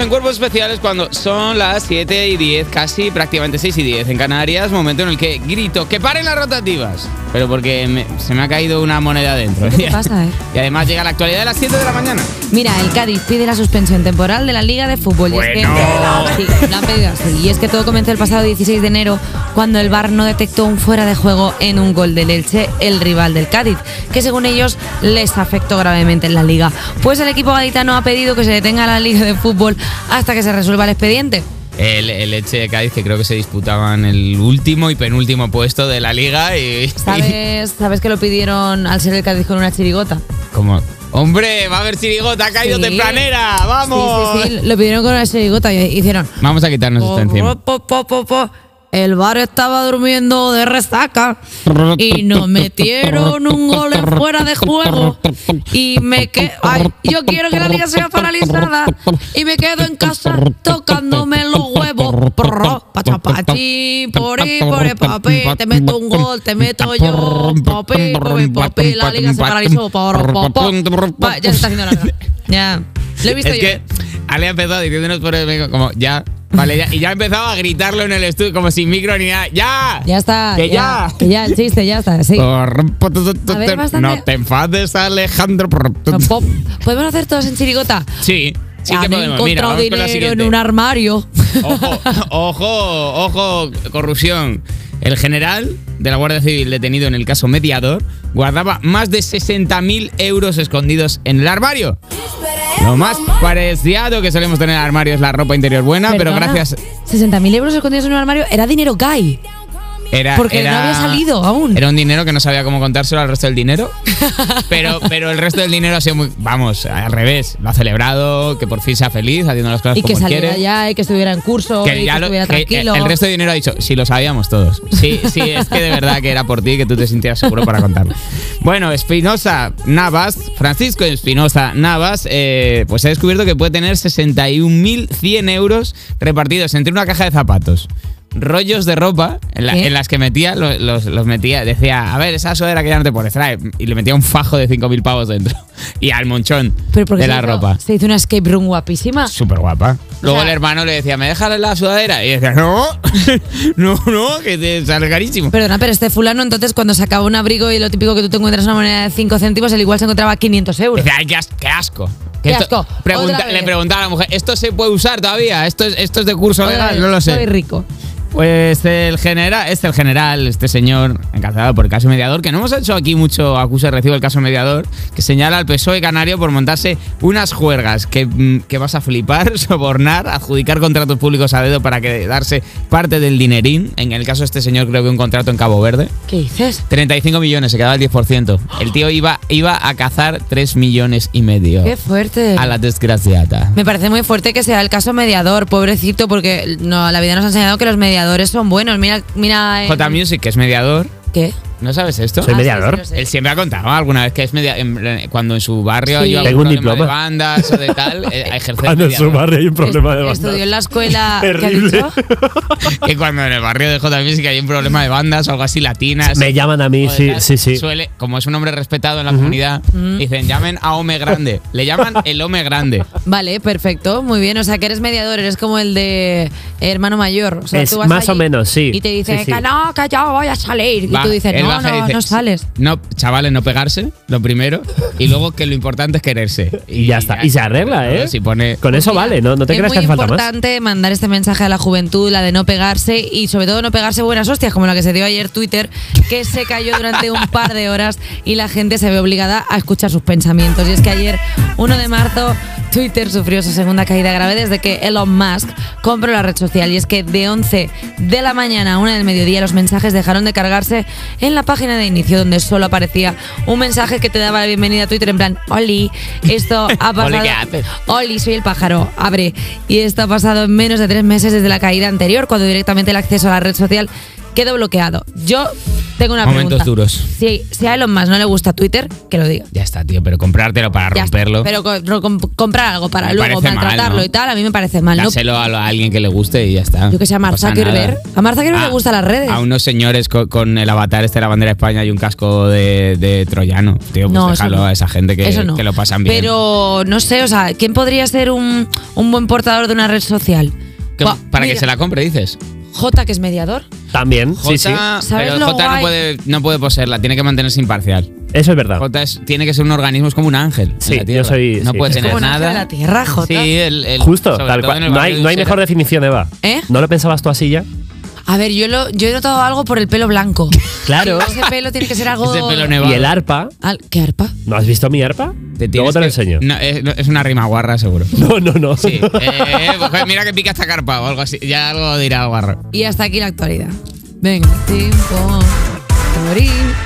en cuerpos especiales cuando son las 7 y 10, casi prácticamente 6 y 10 en Canarias, momento en el que grito, que paren las rotativas. Pero porque me- se me ha caído una moneda dentro. ¿Qué te pasa, eh? Y además llega la actualidad de las 7 de la mañana. Mira, el Cádiz pide la suspensión temporal de la Liga de Fútbol. Y es Bueno. que, Sí, lo han pedido así. Y es que todo comenzó el pasado 16 de enero, cuando el VAR no detectó un fuera de juego en un gol del Elche, el rival del Cádiz, que según ellos les afectó gravemente en la Liga. Pues el equipo gaditano ha pedido que se detenga la Liga de Fútbol hasta que se resuelva el expediente. El, el Elche de Cádiz, que creo que se disputaban el último y penúltimo puesto de la liga. Y, ¿Sabes, ¿Sabes que lo pidieron al ser el Cádiz con una chirigota? como, hombre, va a haber chirigota, ha caído Sí. tempranera, vamos. Sí, sí, sí, lo pidieron con una chirigota y hicieron... Vamos a quitarnos esto encima. Po, po, po, po, po. El bar estaba durmiendo de resaca y nos metieron un gol en fuera de juego. Y me que ay, yo quiero que la liga sea paralizada y me quedo en casa tocándome los huevos. Porro, pachapachí, pori, pori, papi. Te meto un gol, te meto yo, papi, papi, papi. La liga se paralizó, porro, popo. Va, Ya se está haciendo la Ya. Lo he visto es yo. que Ale ha empezado diciéndonos por el micro, como ya, vale, ya, y ya ha empezado a gritarlo en el estudio, como sin micro ni nada. ¡Ya! Ya está. ¡Que ya! Que ya, el chiste, ya está. Oh, Sí. A ver, bastante- No te enfades, Alejandro. Tampoco- Podemos hacer todos en chirigota. Sí, sí Han que podemos. Mira, encontrado vamos con la dinero en siguiente. un armario. Ojo, ojo, ojo, corrupción. El general de la Guardia Civil detenido en el caso Mediador guardaba más de 60.000 euros escondidos en el armario. Lo más parecido que solemos tener en el armario es la ropa interior buena, pero Perdona, gracias... 60.000 euros escondidos en un armario era dinero gay. Era, Porque no era- había salido aún. Era un dinero que no sabía cómo contárselo al resto del dinero. Pero, pero el resto del dinero ha sido muy... Vamos, al revés. Lo ha celebrado, que por fin sea feliz, haciendo las cosas Y que como él saliera quiere. ya y que estuviera en curso y que ya lo- estuviera que eh, tranquilo. el resto de dinero ha dicho, sí, lo sabíamos todos. Sí, sí, es que de verdad que era por ti que tú te sintieras seguro para contarlo. Bueno, Espinosa Navas, Francisco Espinosa Navas, eh, pues ha descubierto que puede tener 61.100 euros repartidos entre una caja de zapatos. Rollos de ropa en, la- ¿Qué? en las que metía, lo- los, los metía, decía, a ver, esa sudadera que ya no te pones, trae", y le metía un fajo de 5.000 pavos dentro y al monchón Pero porque de se la hizo- ropa. Se hizo una escape room guapísima. Súper guapa. Luego O sea- el hermano le decía, ¿me dejas la sudadera? Y decía, no, no, no, que te sale carísimo. Perdona, pero este fulano entonces cuando sacaba un abrigo y lo típico que tú te encuentras una moneda de 5 céntimos, el igual se encontraba 500 euros. Decía, ay, qué, as- qué asco. Qué Esto- asco. pregunta- Otra vez. le preguntaba a la mujer, ¿esto se puede usar todavía? ¿Esto es, esto es de curso Oye, legal? No lo sé. Soy rico. Pues el general, este el general, este señor encarcelado por el caso mediador, que no hemos hecho aquí mucho acuso de recibo el caso mediador, que señala al PSOE E canario por montarse unas juergas que, mm, que vas a flipar, sobornar, adjudicar contratos públicos a dedo para quedarse parte del dinerín. En el caso de este señor creo que un contrato en Cabo Verde. ¿Qué dices? 35 millones, se quedaba el 10%. El tío iba, iba a cazar 3 millones y medio. Qué fuerte. A la desgraciada. Me parece muy fuerte que sea el caso mediador, pobrecito, porque no, la vida nos ha enseñado que los mediadores son buenos. Mira, mira. en- J Music, que es mediador. ¿Qué? ¿No sabes esto? Soy Ah, sí, mediador. sí, lo sé. Él siempre ha contado alguna vez que es media, en- cuando en su barrio Sí. hay Tengo un problema de diploma. bandas o de tal, eh, a ejercer Cuando en su mediador. barrio hay un problema de Est- bandas. Estudió en la escuela. ¿qué ha Terrible. dicho? Que cuando en el barrio de J Music hay un problema de bandas o algo así latinas. Me llaman a mí, o de sí, tal, sí, sí. Suele, como es un hombre respetado en la comunidad, dicen llamen a Home Grande. Le llaman el Home Grande. Vale, perfecto, muy bien. O sea, que eres mediador, eres como el de hermano mayor. O sea, Es tú vas más o allí menos, sí. Y te dicen, Sí, sí. "Que no, que yo voy a salir. Va, y tú dices, él no, baja y no, dice, no sales. No, chavales, no pegarse, lo primero. Y luego que lo importante es quererse. Y ya está. Y se arregla, ¿eh? Si pone. Con eso Mira, vale, ¿no? No te es creas que hace muy falta más. importante mandar este mensaje a la juventud, la de no pegarse y sobre todo no pegarse buenas hostias, como la que se dio ayer Twitter, que se cayó durante un par de horas y la gente se ve obligada a escuchar sus pensamientos. Y es que ayer, 1 de marzo, Twitter sufrió su segunda caída grave desde que Elon Musk compró la red social. Y es que de 11 de la mañana a 1 del mediodía los mensajes dejaron de cargarse en la página de inicio, donde solo aparecía un mensaje que te daba la bienvenida a Twitter en plan, Oli, esto ha pasado. Oli, ¿qué haces? Oli, soy el pájaro, abre. Y esto ha pasado en menos de tres meses desde la caída anterior, cuando directamente el acceso a la red social Quedo bloqueado. Yo tengo una Momentos pregunta. duros. Sí, si a Elon Musk no le gusta Twitter, que lo diga. Ya está, tío, pero comprártelo para Ya está. romperlo. Pero co- ro- comp- comprar algo para Me luego parece mal, maltratarlo ¿no? y tal, a mí me parece mal. Ah, ¿no? Dáselo a, lo- a alguien que le guste y ya está. Yo que sé, a No Mark pasa Zuckerberg. nada. Ah, A Mark Zuckerberg le gustan las redes. A unos señores co- con, el avatar este de la bandera de España y un casco de, de troyano. Tío, pues No, eso déjalo no. a esa gente que, Eso no. que lo pasan bien. Pero no sé, o sea, ¿quién podría ser un, un buen portador de una red social? Que- Buah, para que mira, se la compre, dices. Jota, que es mediador. También, sí, sí. Jota, ¿Sabes pero lo Jota no guay? puede, no puede poseerla, tiene que mantenerse imparcial. Eso es verdad. Jota es- tiene que ser un organismo, es como un ángel. en Sí, la Tierra. yo soy- No sí. puede Es tener como un ángel nada. de la Tierra, Jota. Sí, el- el- Justo, sobre tal todo en el cual. No barrio hay, de no hay Usera. mejor definición, Eva. ¿Eh? ¿No lo pensabas tú así ya? A ver, yo, lo, yo he notado algo por el pelo blanco. Claro. Ese pelo tiene que ser algo. Ese pelo Y nevado. el arpa. Al- ¿Qué arpa? ¿No has visto mi arpa? Te tienes Luego te lo que- enseño. No, es, no, es una rima guarra, seguro. No, no, no. Sí. Eh, pues mira que pica esta carpa o algo así. Ya algo dirá guarro. Y hasta aquí la actualidad. Venga, tiempo. de Morir.